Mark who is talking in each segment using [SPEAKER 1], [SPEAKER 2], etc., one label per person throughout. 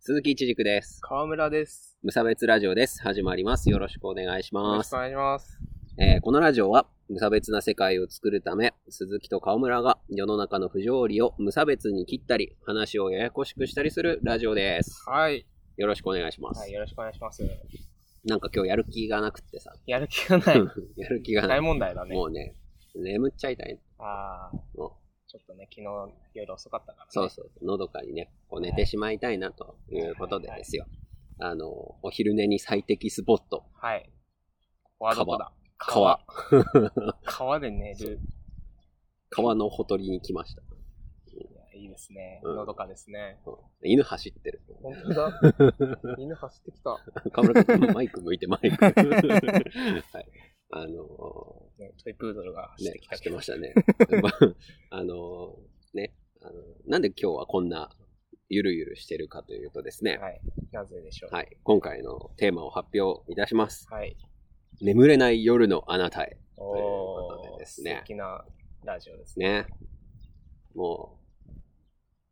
[SPEAKER 1] 鈴木一軸です。
[SPEAKER 2] 川村です。
[SPEAKER 1] 無差別ラジオです。始まります。よろしくお願いし
[SPEAKER 2] よ
[SPEAKER 1] ま
[SPEAKER 2] ろしく
[SPEAKER 1] す
[SPEAKER 2] お。願いします。
[SPEAKER 1] えーこのラジオは、無差別な世界を作るため、鈴木と川村が世の中の不条理を無差別に切ったり、話をややこしくしたりするラジオです。
[SPEAKER 2] はい。
[SPEAKER 1] よろしくお願いします。
[SPEAKER 2] はい、よろしくお願いします。
[SPEAKER 1] なんか今日やる気がなくってさ。
[SPEAKER 2] やる気がない。
[SPEAKER 1] やる気がな
[SPEAKER 2] 大
[SPEAKER 1] い。
[SPEAKER 2] 問題だね
[SPEAKER 1] も。うね、眠っちゃいたい。
[SPEAKER 2] ああ、
[SPEAKER 1] もう
[SPEAKER 2] ちょっとね、昨日夜遅かったから、ね。
[SPEAKER 1] そうそう、のどかにね、こう寝てしまいたいなということでですよ。あの、お昼寝に最適スポット、
[SPEAKER 2] はい。ここはどこだ
[SPEAKER 1] 川。
[SPEAKER 2] 川。 川で寝る。
[SPEAKER 1] 川のほとりに来ました。
[SPEAKER 2] いやいいですね。
[SPEAKER 1] うん
[SPEAKER 2] のどかですね。
[SPEAKER 1] うん犬走ってる。
[SPEAKER 2] 本当 だ。犬走ってきた。
[SPEAKER 1] 河村君、マイク向いて、マイ ク。はい。あの
[SPEAKER 2] ね、トイプードルが
[SPEAKER 1] ー
[SPEAKER 2] 走
[SPEAKER 1] ね
[SPEAKER 2] ってき、た
[SPEAKER 1] 走っ
[SPEAKER 2] け
[SPEAKER 1] て
[SPEAKER 2] ど。
[SPEAKER 1] ましたね。あのーね、あのなんで今日はこんな、ゆるゆるしてるかというとですね、
[SPEAKER 2] はい。なぜでしょう。
[SPEAKER 1] はい。今回のテーマを発表いたします。
[SPEAKER 2] はい。
[SPEAKER 1] 眠れない夜のあなたへ。
[SPEAKER 2] お
[SPEAKER 1] いうことでですね
[SPEAKER 2] 素敵なラジオですね。
[SPEAKER 1] ね。もう、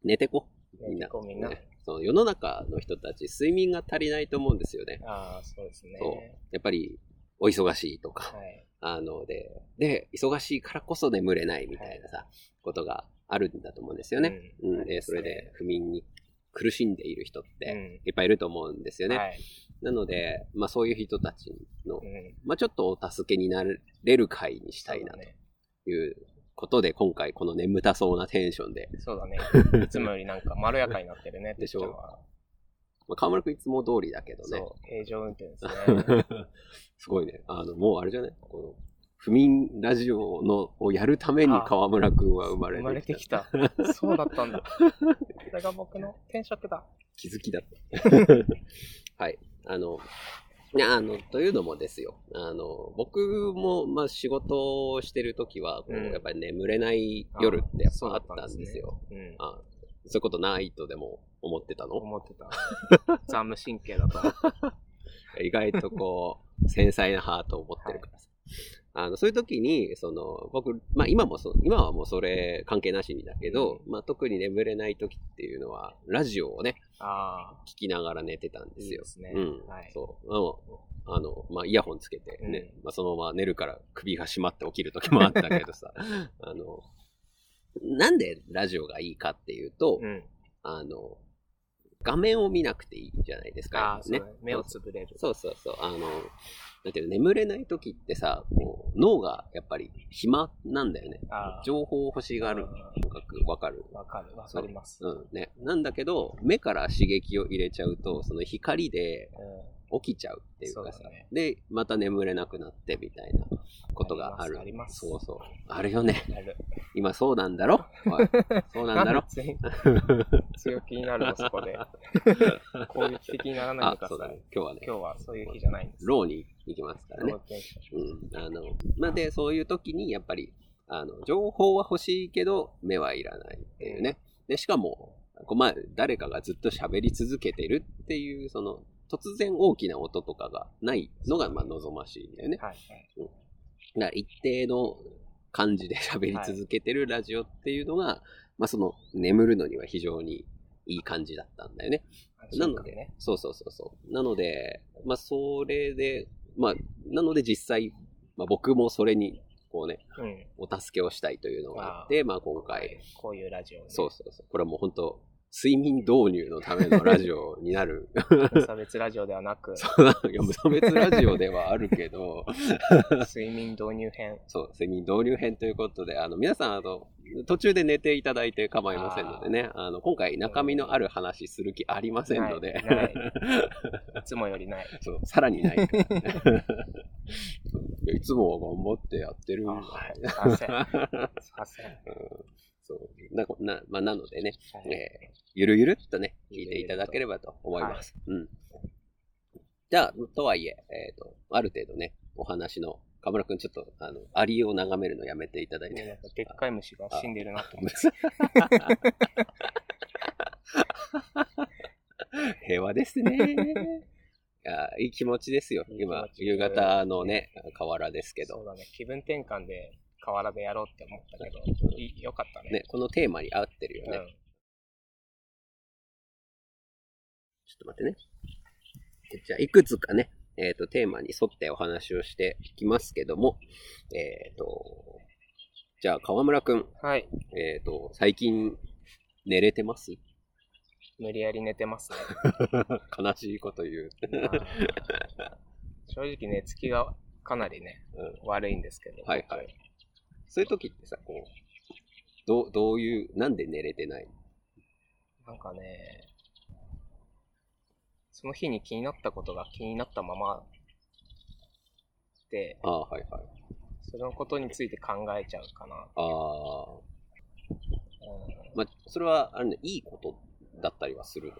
[SPEAKER 1] 寝てこ。み
[SPEAKER 2] み
[SPEAKER 1] ん
[SPEAKER 2] ん
[SPEAKER 1] な
[SPEAKER 2] な。。みんな。
[SPEAKER 1] ねその世の中の人たち、睡眠が足りないと思うんですよね。
[SPEAKER 2] ああ、そうですね。
[SPEAKER 1] そうやっぱり、お忙しいとか、
[SPEAKER 2] はい。
[SPEAKER 1] あの、で、で、忙しいからこそ眠れないみたいなさ、ことがあるんだと思うんですよね。
[SPEAKER 2] うん
[SPEAKER 1] うん。で、それで、不眠に苦しんでいる人って、
[SPEAKER 2] ん。
[SPEAKER 1] いっぱいいると思うんですよね。
[SPEAKER 2] はい。
[SPEAKER 1] なので、まあそういう人たちの
[SPEAKER 2] う、ん。
[SPEAKER 1] まあちょっとお助けになれる回にしたいな
[SPEAKER 2] そうだね。
[SPEAKER 1] ということで、今回この眠たそうなテンションで、
[SPEAKER 2] そうだね。 いつもよりなんかまろやかになってるね、
[SPEAKER 1] でしょ
[SPEAKER 2] てっちゃんは
[SPEAKER 1] まあ、河村くんいつも通りだけどね。
[SPEAKER 2] そう、平常運転ですね。
[SPEAKER 1] すごいね。あの、もうあれじゃないこの、不眠ラジオのをやるために河村くん は生まれて
[SPEAKER 2] 生
[SPEAKER 1] きた。
[SPEAKER 2] まれてき た。そうだったんだ。これが僕の転職だ。
[SPEAKER 1] 気づきだった。 はい。あの、いやあの、というのもですよ。あの、僕も、まあ、仕事をしてるときは、こう
[SPEAKER 2] うん
[SPEAKER 1] やっぱり眠れない夜ってやっぱあったんですよ。
[SPEAKER 2] うん。
[SPEAKER 1] あそういうことないとでも思ってたの
[SPEAKER 2] 思ってた。 残務神経だと。
[SPEAKER 1] 意外とこ う、繊細なハートを持ってるからさ。あの、そういう時に、その、僕、まあ今もそう、今はもうそれ関係なしにだけど、まあ特に眠れない時っていうのは、ラジオをね、
[SPEAKER 2] ああ、
[SPEAKER 1] 聞きながら寝てたんで
[SPEAKER 2] い
[SPEAKER 1] す
[SPEAKER 2] い
[SPEAKER 1] よ
[SPEAKER 2] で。すね。
[SPEAKER 1] うん、
[SPEAKER 2] はい。
[SPEAKER 1] そう。あの、あのまあ、イヤホンつけて、ね、まあ、そのまま寝るから首が締まって起きる時もあったけど さ、あの、なんでラジオがいいかっていうと、
[SPEAKER 2] うん。
[SPEAKER 1] あの、画面を見なくていいじゃないですか
[SPEAKER 2] ああ、、そうだね。目をつぶれる。
[SPEAKER 1] そうそうそう。あの、だけど眠れない時ってさ、もう脳がやっぱり暇なんだよね。
[SPEAKER 2] ああ
[SPEAKER 1] 情報欲しがる
[SPEAKER 2] うん
[SPEAKER 1] 感覚わかる。
[SPEAKER 2] わかる、わかります。
[SPEAKER 1] うんね。なんだけど、目から刺激を入れちゃうと、その光で
[SPEAKER 2] う
[SPEAKER 1] 起きちゃうっていうか
[SPEAKER 2] そ
[SPEAKER 1] さ
[SPEAKER 2] うだね
[SPEAKER 1] で、また眠れなくなってみたいなことがある。
[SPEAKER 2] ありますあ
[SPEAKER 1] そ
[SPEAKER 2] りま
[SPEAKER 1] うそう。あるよね。
[SPEAKER 2] ん。やる。
[SPEAKER 1] 今そうなんだろおいそうなんだろ
[SPEAKER 2] で強い強気になるの、そこで。 攻撃的にならない
[SPEAKER 1] あ
[SPEAKER 2] でく、だ
[SPEAKER 1] そう
[SPEAKER 2] さ
[SPEAKER 1] だ
[SPEAKER 2] い
[SPEAKER 1] ね。。今日はね、
[SPEAKER 2] 今日はそういう日じゃないんです。
[SPEAKER 1] ローに行きますからね
[SPEAKER 2] ロ。ーテンションしま
[SPEAKER 1] うん。あの、まあ、で、そういう時に、やっぱり、あの、情報は欲しいけど、目はいらないっていうね。で、しかも、こうまあ、誰かがずっと喋り続けてるっていう、その、突然大きな音とかがないのが、まあ、望ましいんだよね。
[SPEAKER 2] すはいはい。
[SPEAKER 1] だから一定の感じで喋り続けてるラジオっていうのが、まあその眠るのには非常にいい感じだったんだよね。なので
[SPEAKER 2] ね。
[SPEAKER 1] そうそうそうそう。なので、まあそれで、まあなので実際、まあ僕もそれにこうね、
[SPEAKER 2] うん。
[SPEAKER 1] お助けをしたいというのがあって、まあ今回、
[SPEAKER 2] こういうラジオ、ね。
[SPEAKER 1] そうそうそう。これはもう本当睡眠導入のためのラジオになる。
[SPEAKER 2] 無差別ラジオではなく、
[SPEAKER 1] そういや無差別ラジオではあるけど、
[SPEAKER 2] 睡眠導入編。
[SPEAKER 1] そう、睡眠導入編ということで、あの、皆さん、あの、途中で寝ていただいて構いませんのでね、あの、今回中身のある話する気ありませんので、
[SPEAKER 2] ないないいつもよりない。
[SPEAKER 1] そう、さらにないからそういやいつもは頑張ってやってる
[SPEAKER 2] あ
[SPEAKER 1] んだ
[SPEAKER 2] はい。すいません。すいません。はい
[SPEAKER 1] そう、な、な、まあ、なのでね、えーゆるゆるっとね、聞いていただければと思います。うん。じゃあ、とはいえ、えっ、と、ある程度ね、お話の、河村くん、ちょっと、あの、アリを眺めるのやめていただいて
[SPEAKER 2] ね。なんかでっかい虫が死んでるなと思って。
[SPEAKER 1] 平和ですね。いやいい気持ちですよ。今、夕方のね、河原ですけ
[SPEAKER 2] そ
[SPEAKER 1] ど、
[SPEAKER 2] うだね。気分転換で河原でやろうって思ったけど、いよかったね。
[SPEAKER 1] ね、このテーマに合ってるよね。
[SPEAKER 2] うん
[SPEAKER 1] ちょっと待ってね。じゃあ、いくつかね、えっ、と、テーマに沿ってお話をしていきますけども、えっ、と、じゃあ、河村くん、
[SPEAKER 2] はい。
[SPEAKER 1] えっ、と、最近、寝れてます
[SPEAKER 2] 無理やり寝てますね。
[SPEAKER 1] 悲しいこと言う。
[SPEAKER 2] まあ正直ね、つきがかなりね、
[SPEAKER 1] う
[SPEAKER 2] 悪いんですけど。
[SPEAKER 1] はいはいそういう時ってさ、こう、どう、どういう、なんで寝れてない
[SPEAKER 2] なんかね、その日に気になったことが気になったままで、
[SPEAKER 1] ああ、はいはい。
[SPEAKER 2] そのことについて考えちゃうかな。
[SPEAKER 1] ああ、
[SPEAKER 2] う
[SPEAKER 1] まあ、それは、あれね、いいことだったりはするの。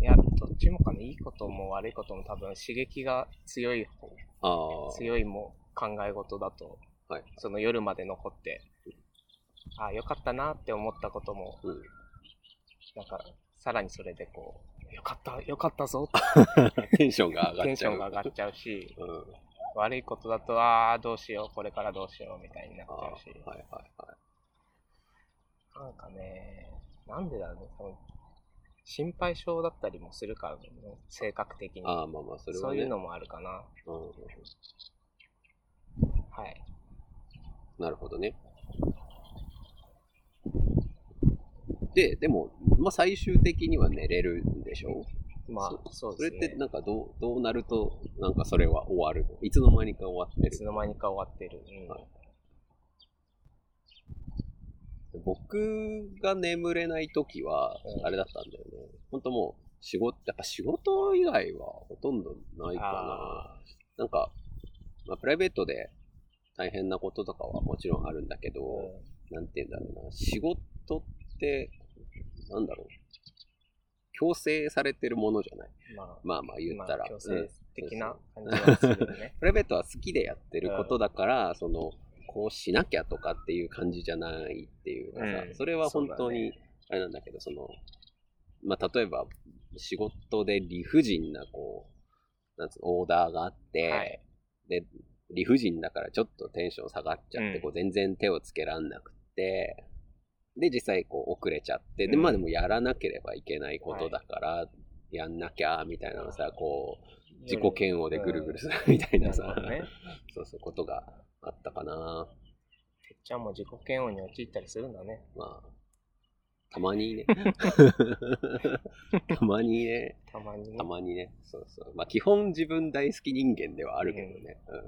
[SPEAKER 2] ん、いや、どっちもかね、いいことも悪いことも多分刺激が強い方、
[SPEAKER 1] ああ、はい
[SPEAKER 2] 強いも考え事だと、
[SPEAKER 1] はい。
[SPEAKER 2] その夜まで残って、ああ、よかったなって思ったことも、
[SPEAKER 1] うん。
[SPEAKER 2] なんか、さらにそれでこう、よかった、よかったぞっ
[SPEAKER 1] テンションが上
[SPEAKER 2] てテ
[SPEAKER 1] がっ
[SPEAKER 2] ンシ
[SPEAKER 1] ちゃ
[SPEAKER 2] ョ
[SPEAKER 1] う。
[SPEAKER 2] ンが上がっちゃうし、
[SPEAKER 1] うん。
[SPEAKER 2] 悪いことだと、ああ、どうしよう、これからどうしようみたいになっち
[SPEAKER 1] ああ、
[SPEAKER 2] ゃ
[SPEAKER 1] は
[SPEAKER 2] う
[SPEAKER 1] い
[SPEAKER 2] し、
[SPEAKER 1] はいはい。
[SPEAKER 2] なんかね、なんでだろうね、多分心配性だったりもするからね、性格的に。
[SPEAKER 1] ああ、まあまあ、それ
[SPEAKER 2] そ
[SPEAKER 1] は
[SPEAKER 2] う
[SPEAKER 1] ね。
[SPEAKER 2] いうのもあるかな。
[SPEAKER 1] う
[SPEAKER 2] はい。
[SPEAKER 1] ん。なるほどね。で、でも、まあ、最終的には寝れるんでしょ
[SPEAKER 2] まあ、そう
[SPEAKER 1] それ
[SPEAKER 2] です
[SPEAKER 1] って
[SPEAKER 2] ね。
[SPEAKER 1] なんかどう、どうなると、なんかそれは終わるのいつの間にか終わって
[SPEAKER 2] い
[SPEAKER 1] る
[SPEAKER 2] つの間にか終わってる。うん
[SPEAKER 1] はい僕が眠れない時は
[SPEAKER 2] う、ん
[SPEAKER 1] あれだったんだよね。ほんともう、仕事、やっぱ仕事以外はほとんどないか
[SPEAKER 2] あ
[SPEAKER 1] な。なんか、まあ、プライベートで大変なこととかはもちろんあるんだけど、
[SPEAKER 2] ー
[SPEAKER 1] なんて言うんだろうな、仕事って、なんだろう。強制されてるものじゃない。
[SPEAKER 2] うんまあ、
[SPEAKER 1] まあまあ言った
[SPEAKER 2] ま
[SPEAKER 1] ら。
[SPEAKER 2] あ強
[SPEAKER 1] うん
[SPEAKER 2] 制的な感じはするよね。
[SPEAKER 1] プライベートは好きでやってることだから、そのこうしなきゃとかっていう感じじゃないっていうかさ、
[SPEAKER 2] うん
[SPEAKER 1] それは本
[SPEAKER 2] そ
[SPEAKER 1] 当
[SPEAKER 2] うだ
[SPEAKER 1] にあれなんだけどその、まあ、例えば仕事で理不尽なこうなんつうのオーダーがあって、
[SPEAKER 2] はい
[SPEAKER 1] で理不尽だからちょっとテンション下がっちゃって、
[SPEAKER 2] うん
[SPEAKER 1] こう全然手をつけらんなくてで実際こう遅れちゃってで,、まあ、
[SPEAKER 2] う
[SPEAKER 1] で
[SPEAKER 2] ん
[SPEAKER 1] もやらなければいけないことだから、やんなきゃみたいなのさこう 自己嫌悪でぐるぐるするみたいな
[SPEAKER 2] なる
[SPEAKER 1] さ、
[SPEAKER 2] ほどね。
[SPEAKER 1] そうそう、ことがあったかな。
[SPEAKER 2] てっちゃんも自己嫌悪に陥ったりするんだね。
[SPEAKER 1] まあ、たまに ね。たまにね。
[SPEAKER 2] たまにね
[SPEAKER 1] た。まにね。そうそう。まあ、基本自分大好き人間ではあるけどね。うん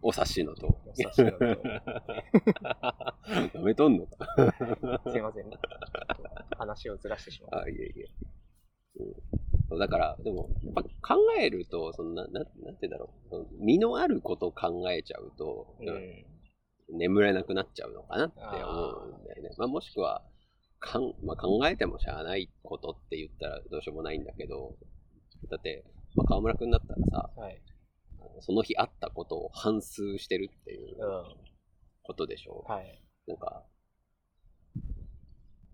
[SPEAKER 1] お察しのと。
[SPEAKER 2] 優しいのと
[SPEAKER 1] やめとんのか。
[SPEAKER 2] すいません。ちょっと話をずらしてしまった。
[SPEAKER 1] あ、いえいえ。うんそうだから、でも、やっぱ考えると、そんな、なんなんて言うんだろうその。身のあることを考えちゃうと、
[SPEAKER 2] うん。
[SPEAKER 1] 眠れなくなっちゃうのかなって思うんだよね。まあ、もしくはかん、まあ、考えてもしゃあないことって言ったらどうしようもないんだけど、だって、まあ、河村くんだったらさ、
[SPEAKER 2] はい。
[SPEAKER 1] あのその日あったことを反数してるっていう
[SPEAKER 2] うん。
[SPEAKER 1] ことでしょう。
[SPEAKER 2] はい。
[SPEAKER 1] なんか、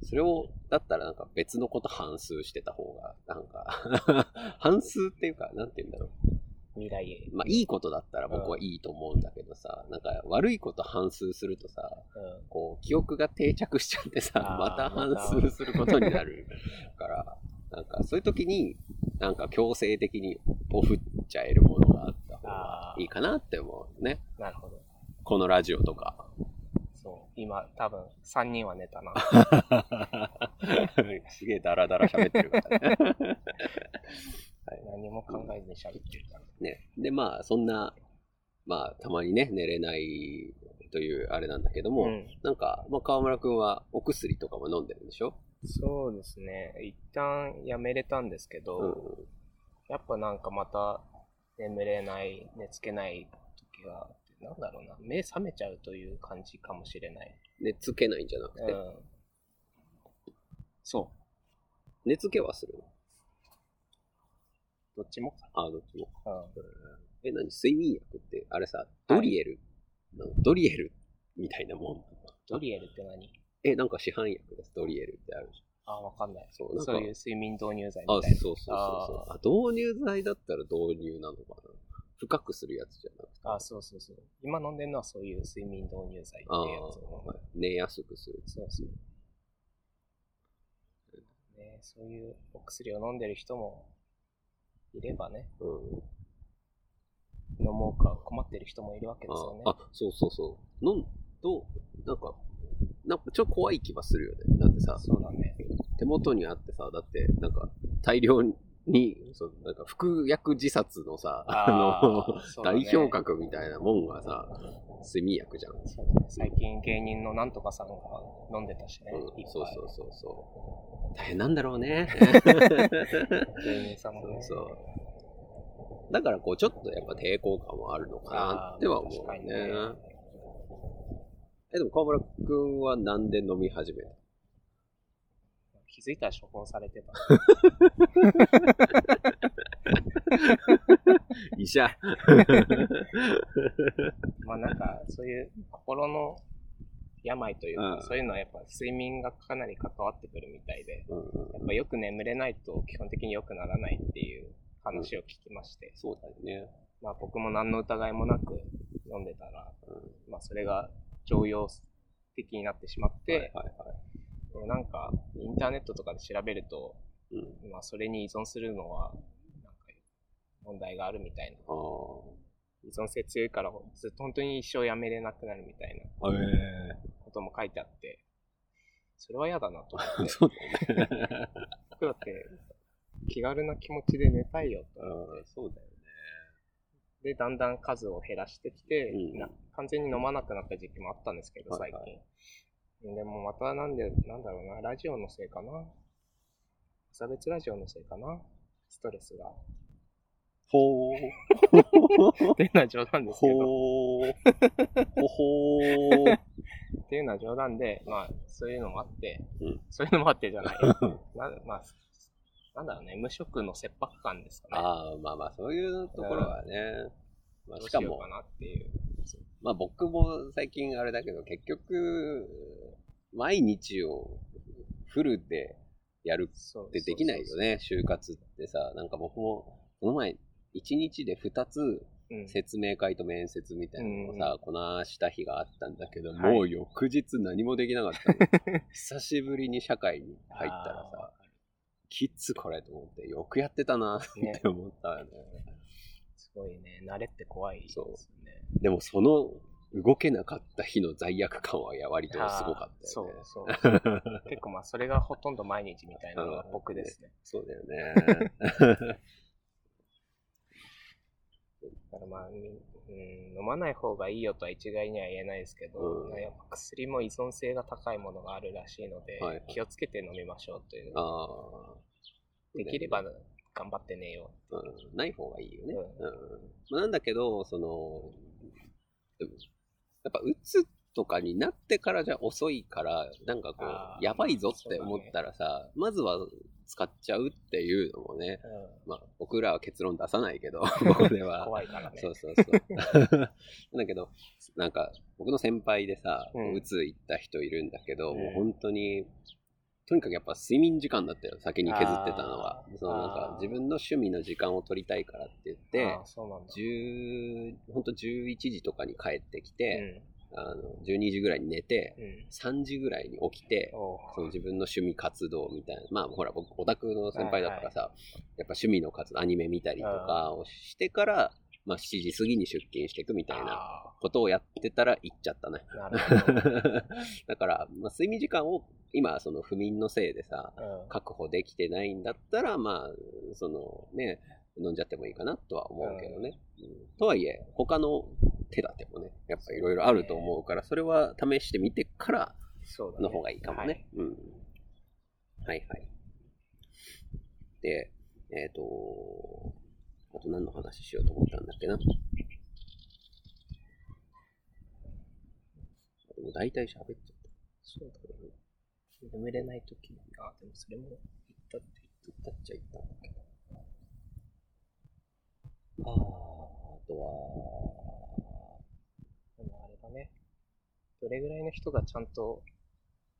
[SPEAKER 1] それを、だったらなんか別のこと反数してた方が、なんか、 反数っていうか、なんて言うんだろう。
[SPEAKER 2] 未来へ。
[SPEAKER 1] まあ、いいことだったら僕はいいと思うんだけどさ、なんか悪いこと反数するとさ、
[SPEAKER 2] うん。
[SPEAKER 1] こう、記憶が定着しちゃってさ、
[SPEAKER 2] あー
[SPEAKER 1] また反芻することになるから、なんかそういう時に、なんか強制的にオフっちゃえるものがあった方が
[SPEAKER 2] あー
[SPEAKER 1] いいかなって思うね。
[SPEAKER 2] なるほど。
[SPEAKER 1] このラジオとか。
[SPEAKER 2] そう。今、多分、3人は寝たな。
[SPEAKER 1] すげえダラダラ喋ってるからね。
[SPEAKER 2] 何も考えずに喋ってるから。
[SPEAKER 1] ね。で、まあ、そんな、まあ、たまにね、寝れないというあれなんだけども、
[SPEAKER 2] うん。
[SPEAKER 1] なんか、まあ、河村くんはお薬とかも飲んでるんでしょ
[SPEAKER 2] そうですね。一旦やめれたんですけど、
[SPEAKER 1] うん。
[SPEAKER 2] やっぱなんかまた眠れない、寝つけない時があって、なんだろうな、目覚めちゃうという感じかもしれない。
[SPEAKER 1] 寝つけないんじゃなく
[SPEAKER 2] う
[SPEAKER 1] て、
[SPEAKER 2] ん。そ
[SPEAKER 1] 寝つけはするの
[SPEAKER 2] う。どっちもか。
[SPEAKER 1] あー、どっちも。
[SPEAKER 2] うん。
[SPEAKER 1] え、何睡眠薬って、あれさ、ドリエル、なんかドリエルみたいなもん。
[SPEAKER 2] ドリエルって何
[SPEAKER 1] え、なんか市販薬です。ドリエルってあるじ
[SPEAKER 2] あ、わかんない。
[SPEAKER 1] そう
[SPEAKER 2] そ
[SPEAKER 1] な
[SPEAKER 2] うん
[SPEAKER 1] か
[SPEAKER 2] いう睡眠導入剤
[SPEAKER 1] ゃん。あ
[SPEAKER 2] み、たいな。
[SPEAKER 1] そうそうそうそうあ。導入剤だったら導入なのかな深くするやつじゃなくて。
[SPEAKER 2] あ、そうそうそう。今飲んでるのはそういう睡眠導入剤って
[SPEAKER 1] あー
[SPEAKER 2] いうやつ。
[SPEAKER 1] はい寝やすくする。
[SPEAKER 2] そうそう。ね、そういうお薬を飲んでる人もいればね、
[SPEAKER 1] うん
[SPEAKER 2] 飲もうか困ってる人もいるわけですよね。
[SPEAKER 1] ああそうそうそう飲むとなんかなんかちょっと怖い気はするよねだってさ
[SPEAKER 2] そうだね。
[SPEAKER 1] 手元にあってさだってなんか大量にそうなんか服薬自殺のさあの、
[SPEAKER 2] の
[SPEAKER 1] 代表格みたいなもんがさ睡眠薬じゃん、うん
[SPEAKER 2] そうだね。最近芸人のなんとかさんが飲んでたしね。いっぱい
[SPEAKER 1] そうそうそうそう大変なんだろうね
[SPEAKER 2] 芸人さんもね。
[SPEAKER 1] そうそうだからこうちょっとやっぱ抵抗感はあるのかなっては思
[SPEAKER 2] あ
[SPEAKER 1] う
[SPEAKER 2] ー確
[SPEAKER 1] ね
[SPEAKER 2] かに
[SPEAKER 1] えでも川村くんはなんで飲み始めた
[SPEAKER 2] 気づいたら処方されてた。
[SPEAKER 1] 医者
[SPEAKER 2] まあなんか、そういう心の病というか、
[SPEAKER 1] うん
[SPEAKER 2] そういうのはやっぱ睡眠がかなり関わってくるみたいで、
[SPEAKER 1] うんうん
[SPEAKER 2] やっぱよく眠れないと基本的に良くならないっていう話を聞きまして、
[SPEAKER 1] そうだよね
[SPEAKER 2] まあ僕も何の疑いもなく飲んでたら、
[SPEAKER 1] う
[SPEAKER 2] まあそれが常用的になってしまって、
[SPEAKER 1] はいはいはい
[SPEAKER 2] なんかインターネットとかで調べると、
[SPEAKER 1] うん
[SPEAKER 2] まあそれに依存するのは、なんか問題があるみたいな。
[SPEAKER 1] あ
[SPEAKER 2] 依存性強いからずっと本当に一生やめれなくなるみたいな。
[SPEAKER 1] あえ
[SPEAKER 2] ことも書いてあって、それは嫌だなと思
[SPEAKER 1] え
[SPEAKER 2] っ て、
[SPEAKER 1] そうだよね
[SPEAKER 2] 僕だって気軽な気持ちで寝たいよと
[SPEAKER 1] う
[SPEAKER 2] 思っ
[SPEAKER 1] んそうだよね
[SPEAKER 2] て、で、だんだん数を減らしてきて、
[SPEAKER 1] うん
[SPEAKER 2] な完全に飲まなくなった時期もあったんですけど、
[SPEAKER 1] は
[SPEAKER 2] 最
[SPEAKER 1] い
[SPEAKER 2] 近。
[SPEAKER 1] はい
[SPEAKER 2] でもまたなんで、なんだろうな、ラジオのせいかな。差別ラジオのせいかな。ストレスが。
[SPEAKER 1] ほう
[SPEAKER 2] っていうのは冗談ですけど。
[SPEAKER 1] ほうほほー
[SPEAKER 2] っていうのは冗談で、まあ、そういうのもあって、
[SPEAKER 1] うん
[SPEAKER 2] そういうのもあってじ ゃない。なまあ、なんだろうね、無職の切迫感ですかね。
[SPEAKER 1] ああまあまあそういうところはね、まあ、
[SPEAKER 2] どう
[SPEAKER 1] し
[SPEAKER 2] しよ
[SPEAKER 1] か
[SPEAKER 2] う
[SPEAKER 1] も
[SPEAKER 2] かなっていう。
[SPEAKER 1] まあ僕も最近あれだけど、結局、毎日をフルでやる
[SPEAKER 2] そう
[SPEAKER 1] ってできないよ。ね、就活ってさ。なんか僕も、この前、1日で2つ
[SPEAKER 2] そうそうそううん
[SPEAKER 1] 説明会と面接みたいなのをさ、こなした日があったんだけど、
[SPEAKER 2] はい
[SPEAKER 1] もう翌日何もできなかったの。 久しぶりに社会に入ったらさ、キッズこれと思って、よくやってたなっ
[SPEAKER 2] ね
[SPEAKER 1] て思ったよね。
[SPEAKER 2] すごいね、慣れって怖いですよね。
[SPEAKER 1] でもその動けなかった日の罪悪感はや割とすごかったよね
[SPEAKER 2] あ ー。そうそう結構まあ、それがほとんど毎日みたいなのが僕ですね。
[SPEAKER 1] そうだよ ね。
[SPEAKER 2] だからまあ、みうん、飲まない方がいいよとは一概には言えないですけど、
[SPEAKER 1] うん
[SPEAKER 2] やっぱ薬も依存性が高いものがあるらしいので、
[SPEAKER 1] はいはい
[SPEAKER 2] 気をつけて飲みましょうという。
[SPEAKER 1] ああ。
[SPEAKER 2] できれば頑張ってねよ
[SPEAKER 1] うん、ない方がいいよね。
[SPEAKER 2] う
[SPEAKER 1] うんまあ、なんだけど、その、でもやっぱ、うつとかになってからじゃ遅いから、なんかこ
[SPEAKER 2] あ
[SPEAKER 1] う、
[SPEAKER 2] ー
[SPEAKER 1] やばいぞって思ったらさ、まずは使っちゃうっていうのもね、
[SPEAKER 2] う。
[SPEAKER 1] まあ、僕らは結論出さない けど、ここで
[SPEAKER 2] うん、
[SPEAKER 1] は。
[SPEAKER 2] 怖いからね。
[SPEAKER 1] そうそう そう。だけど、なんか、僕の先輩でさ、
[SPEAKER 2] うん
[SPEAKER 1] うつ行った人いるんだけど、
[SPEAKER 2] うん
[SPEAKER 1] もう本当に、とにかくやっぱ睡眠時間だったよ、先に削ってたのは
[SPEAKER 2] あ。ー
[SPEAKER 1] そのなん
[SPEAKER 2] あ
[SPEAKER 1] か
[SPEAKER 2] ー
[SPEAKER 1] 自分の趣味の時間を取りたいからって言って
[SPEAKER 2] あー、そうなんだ。
[SPEAKER 1] 10本当11時とかに帰ってきて、
[SPEAKER 2] う
[SPEAKER 1] あの12時ぐらいに寝て
[SPEAKER 2] ん。、うん。
[SPEAKER 1] 3時ぐらいに起きて、
[SPEAKER 2] おう
[SPEAKER 1] その自分の趣味活動みたいな、まあほら僕オタクの先輩だからさ、やっぱ趣味の活動、アニメ見たりとかをしてから、まあ7時過ぎに出勤していくみたいな
[SPEAKER 2] あ
[SPEAKER 1] ことをやってたら行っちゃった ね。
[SPEAKER 2] ーなるほど。
[SPEAKER 1] だから、まあ、睡眠時間を今その不眠のせいでさ、
[SPEAKER 2] うん
[SPEAKER 1] 確保できてないんだったら、まあ、そのね、飲んじゃってもいいかなとは思うけどね。うんとはいえ、他の手立てもね、やっぱいろいろあると思うから、それは試してみてから
[SPEAKER 2] そうだね。
[SPEAKER 1] の方がいいかもね。うん。はいはい。で、えっ、と、あと何の話しようと思ったんだっけな。でも大体喋っちゃっ
[SPEAKER 2] そうだね。眠れないときに、あ、でもそれも言ったっ
[SPEAKER 1] た。
[SPEAKER 2] て
[SPEAKER 1] 言ったっちゃ言ったんだけど。あーあとは、
[SPEAKER 2] 言って、でもあれだね。どれぐらいの人がちゃんと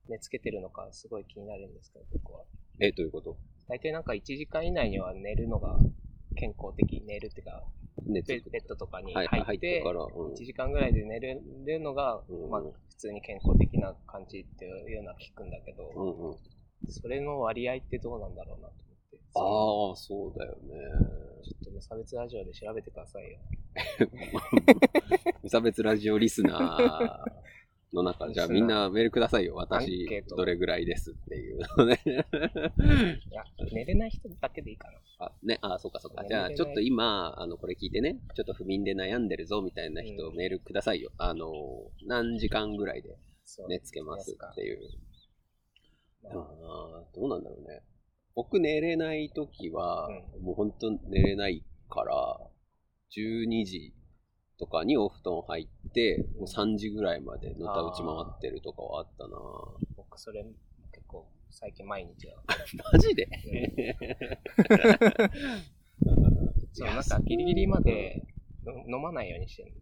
[SPEAKER 2] 寝つけてるのかすごい気になるんですけど、僕は。
[SPEAKER 1] え、どういうこと
[SPEAKER 2] 大体なんか1時間以内には寝るのが健康的、寝るっていうか、
[SPEAKER 1] ネ
[SPEAKER 2] ベ
[SPEAKER 1] ッ
[SPEAKER 2] ベッドとかに
[SPEAKER 1] はい、
[SPEAKER 2] 入
[SPEAKER 1] 入
[SPEAKER 2] っ
[SPEAKER 1] って
[SPEAKER 2] て
[SPEAKER 1] か、ら、うん
[SPEAKER 2] 1時間ぐらいで寝れるのが、
[SPEAKER 1] うん
[SPEAKER 2] まあ普通に健康的な感じっていうのは聞くんだけど、
[SPEAKER 1] うんうん。
[SPEAKER 2] それの割合ってどうなんだろうなと思って、
[SPEAKER 1] ああ
[SPEAKER 2] そ、
[SPEAKER 1] そうだよ
[SPEAKER 2] うちょっと無差別ラジオで調べてくださいよ。
[SPEAKER 1] ね。無差別ラジオリスナーの中、じゃあ みんなメールくださいよ。
[SPEAKER 2] アンケ
[SPEAKER 1] 私
[SPEAKER 2] ー、ト
[SPEAKER 1] どれぐらいですっていうのね。
[SPEAKER 2] いや、寝れない人だけでいいかな。
[SPEAKER 1] あ、ね、あ、そうかそうか。
[SPEAKER 2] そう
[SPEAKER 1] じゃあ、
[SPEAKER 2] 寝
[SPEAKER 1] ち
[SPEAKER 2] れない
[SPEAKER 1] ょっと今、あの、これ聞いてね、ちょっと不眠で悩んでるぞみたいな人、
[SPEAKER 2] うん
[SPEAKER 1] メールくださいよ。あの、何時間ぐらいで
[SPEAKER 2] そう
[SPEAKER 1] 寝つけます
[SPEAKER 2] か
[SPEAKER 1] っていう。
[SPEAKER 2] ま
[SPEAKER 1] あ
[SPEAKER 2] あ
[SPEAKER 1] ーどうなんだろうね。僕寝れないときは、
[SPEAKER 2] う
[SPEAKER 1] もう本当寝れないから、12時とかにお布団入って、もう3時ぐらいまでのたうち回ってるとかはあったな
[SPEAKER 2] 僕、それ結構最近毎 日だ。
[SPEAKER 1] マジで
[SPEAKER 2] そう、なんかギリギリまでの飲まないようにしてる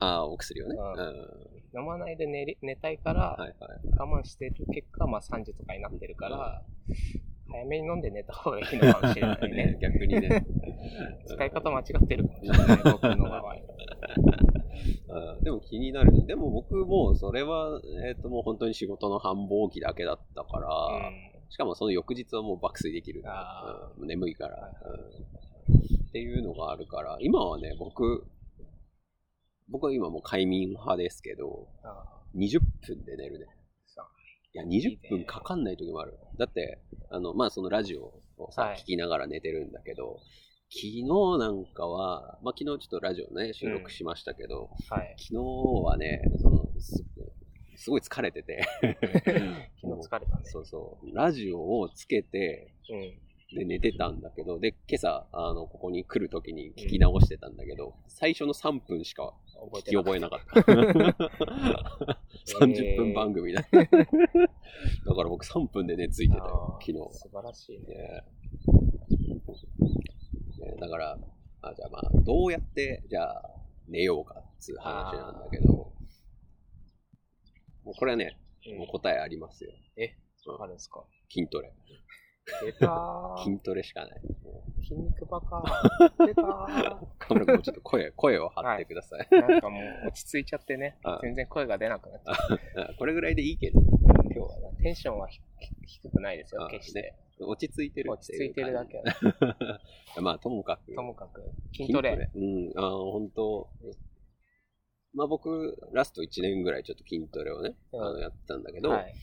[SPEAKER 1] ああ、お薬をね。う
[SPEAKER 2] うんん
[SPEAKER 1] は
[SPEAKER 2] 飲まないで寝り寝たいから、
[SPEAKER 1] いはい。。
[SPEAKER 2] 我慢してる結果、まあ3時とかになってるから、早めに飲んで寝た方がいいのかもしれないね
[SPEAKER 1] 逆にね。
[SPEAKER 2] 使い方間違ってるかもしれ ない、僕の場合。
[SPEAKER 1] うんでも気になる。でも僕もうそれは、えっ、ともう本当に仕事の繁忙期だけだったから、
[SPEAKER 2] うん
[SPEAKER 1] しかもその翌日はもう爆睡できる。
[SPEAKER 2] あ
[SPEAKER 1] うん眠いから、うんっていうのがあるから、今はね、僕、僕は今もう快眠派ですけど、
[SPEAKER 2] あ
[SPEAKER 1] 20分で寝るね。
[SPEAKER 2] そう
[SPEAKER 1] いや、20分かかんない時もある。だって、あの、まあ、そのラジオをさ、
[SPEAKER 2] はい
[SPEAKER 1] 聞きながら寝てるんだけど、昨日なんかは、まあ、昨日ちょっとラジオね、収録しましたけど、
[SPEAKER 2] はい。
[SPEAKER 1] 昨日はね、そのす、すごい疲れてて、
[SPEAKER 2] 昨日疲れたね。
[SPEAKER 1] そうそう、ラジオをつけて、
[SPEAKER 2] うん。
[SPEAKER 1] で、寝てたんだけど、で、今朝、あの、ここに来る時に聞き直してたんだけど、最初の3分しか
[SPEAKER 2] 覚え
[SPEAKER 1] 聞
[SPEAKER 2] て
[SPEAKER 1] き
[SPEAKER 2] なかっ
[SPEAKER 1] 覚えなか った。30分番組だ。だから僕3分でね、ついてたよ
[SPEAKER 2] あ、ー
[SPEAKER 1] 昨日。
[SPEAKER 2] 素晴らしいね。
[SPEAKER 1] ねねだから、あじゃあまあ、どうやって、じゃあ、寝ようかっつう話なんだけど、もうこれはね、
[SPEAKER 2] うん
[SPEAKER 1] もう答えありますよ。
[SPEAKER 2] あるんですか
[SPEAKER 1] 筋トレ。
[SPEAKER 2] 出た ー
[SPEAKER 1] 筋トレしかない。
[SPEAKER 2] 筋肉バカ 出たー
[SPEAKER 1] カメラ君もちょっと声、 声を張ってください。
[SPEAKER 2] なんかもう落ち着いちゃってね
[SPEAKER 1] あ、
[SPEAKER 2] 全然声が出なくなっちゃう。
[SPEAKER 1] うんこれぐらいでいいけど、
[SPEAKER 2] 今日はねテンションはひ低くないですよ
[SPEAKER 1] あ、
[SPEAKER 2] 決して。
[SPEAKER 1] 落ち着いてる
[SPEAKER 2] 落ち着いてるだけ。
[SPEAKER 1] け。 まあ、ともかく。
[SPEAKER 2] ともかく、筋トレ。。
[SPEAKER 1] うん、あの、本当まあ僕、ラスト1年ぐらいちょっと筋トレをね、
[SPEAKER 2] うん
[SPEAKER 1] あのやってたんだけど、
[SPEAKER 2] はい。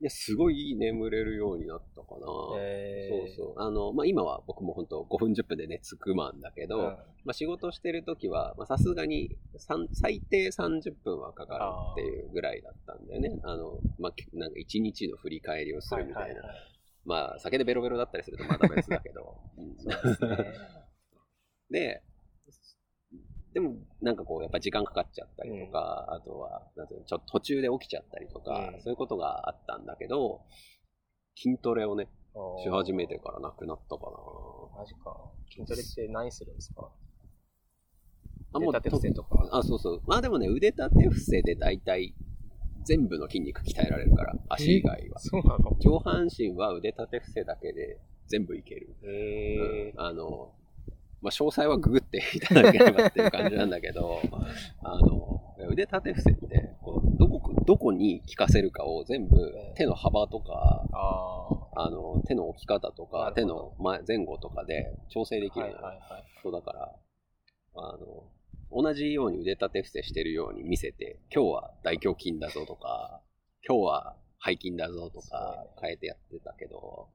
[SPEAKER 1] いやすごい眠れるようになったかな。
[SPEAKER 2] えー
[SPEAKER 1] そうそう。あの、まあ今は僕も本当5分10分で寝つくマンだけど、
[SPEAKER 2] うん
[SPEAKER 1] まあ仕事してる時は、まあさすがに三最低30分はかかるっていうぐらいだったんだよね。あの、まあなんか1日の振り返りをするみたいな。
[SPEAKER 2] はいはいはい
[SPEAKER 1] まあ酒でベロベロだったりするとまた別だけ ど。うんで、でもなんかこう、やっぱ時間かかっちゃったりとか、あとは、なんていうのちょっと途中で起きちゃったりとか、
[SPEAKER 2] うん
[SPEAKER 1] そういうことがあったんだけど、筋トレをね、 し始めて。からなくなったか
[SPEAKER 2] あーマジか。筋トレって何するんですか
[SPEAKER 1] な。
[SPEAKER 2] 腕立て伏せとか。
[SPEAKER 1] あ、そうそう。まあでもね、腕立て伏せで大体、全部の筋肉鍛えられるから、足以外は。
[SPEAKER 2] そうなの
[SPEAKER 1] 上半身は腕立て伏せだけで全部いける。
[SPEAKER 2] へ
[SPEAKER 1] うんあの、まあ、詳細はググっていただければっていう感じなんだけど、あの、腕立て伏せって、こうどこ、どこに効かせるかを全部手の幅とか、
[SPEAKER 2] ー。ああ。
[SPEAKER 1] あの、手の置き方と
[SPEAKER 2] な
[SPEAKER 1] か、手
[SPEAKER 2] る
[SPEAKER 1] の
[SPEAKER 2] ほ
[SPEAKER 1] 前前後とかで調整できるの
[SPEAKER 2] はい
[SPEAKER 1] よ、
[SPEAKER 2] はいはい。
[SPEAKER 1] そうだから、あの、同じように腕立て伏せしてるように見せて、今日は大胸筋だぞとか、今日は背筋だぞとか変えてやってたけど、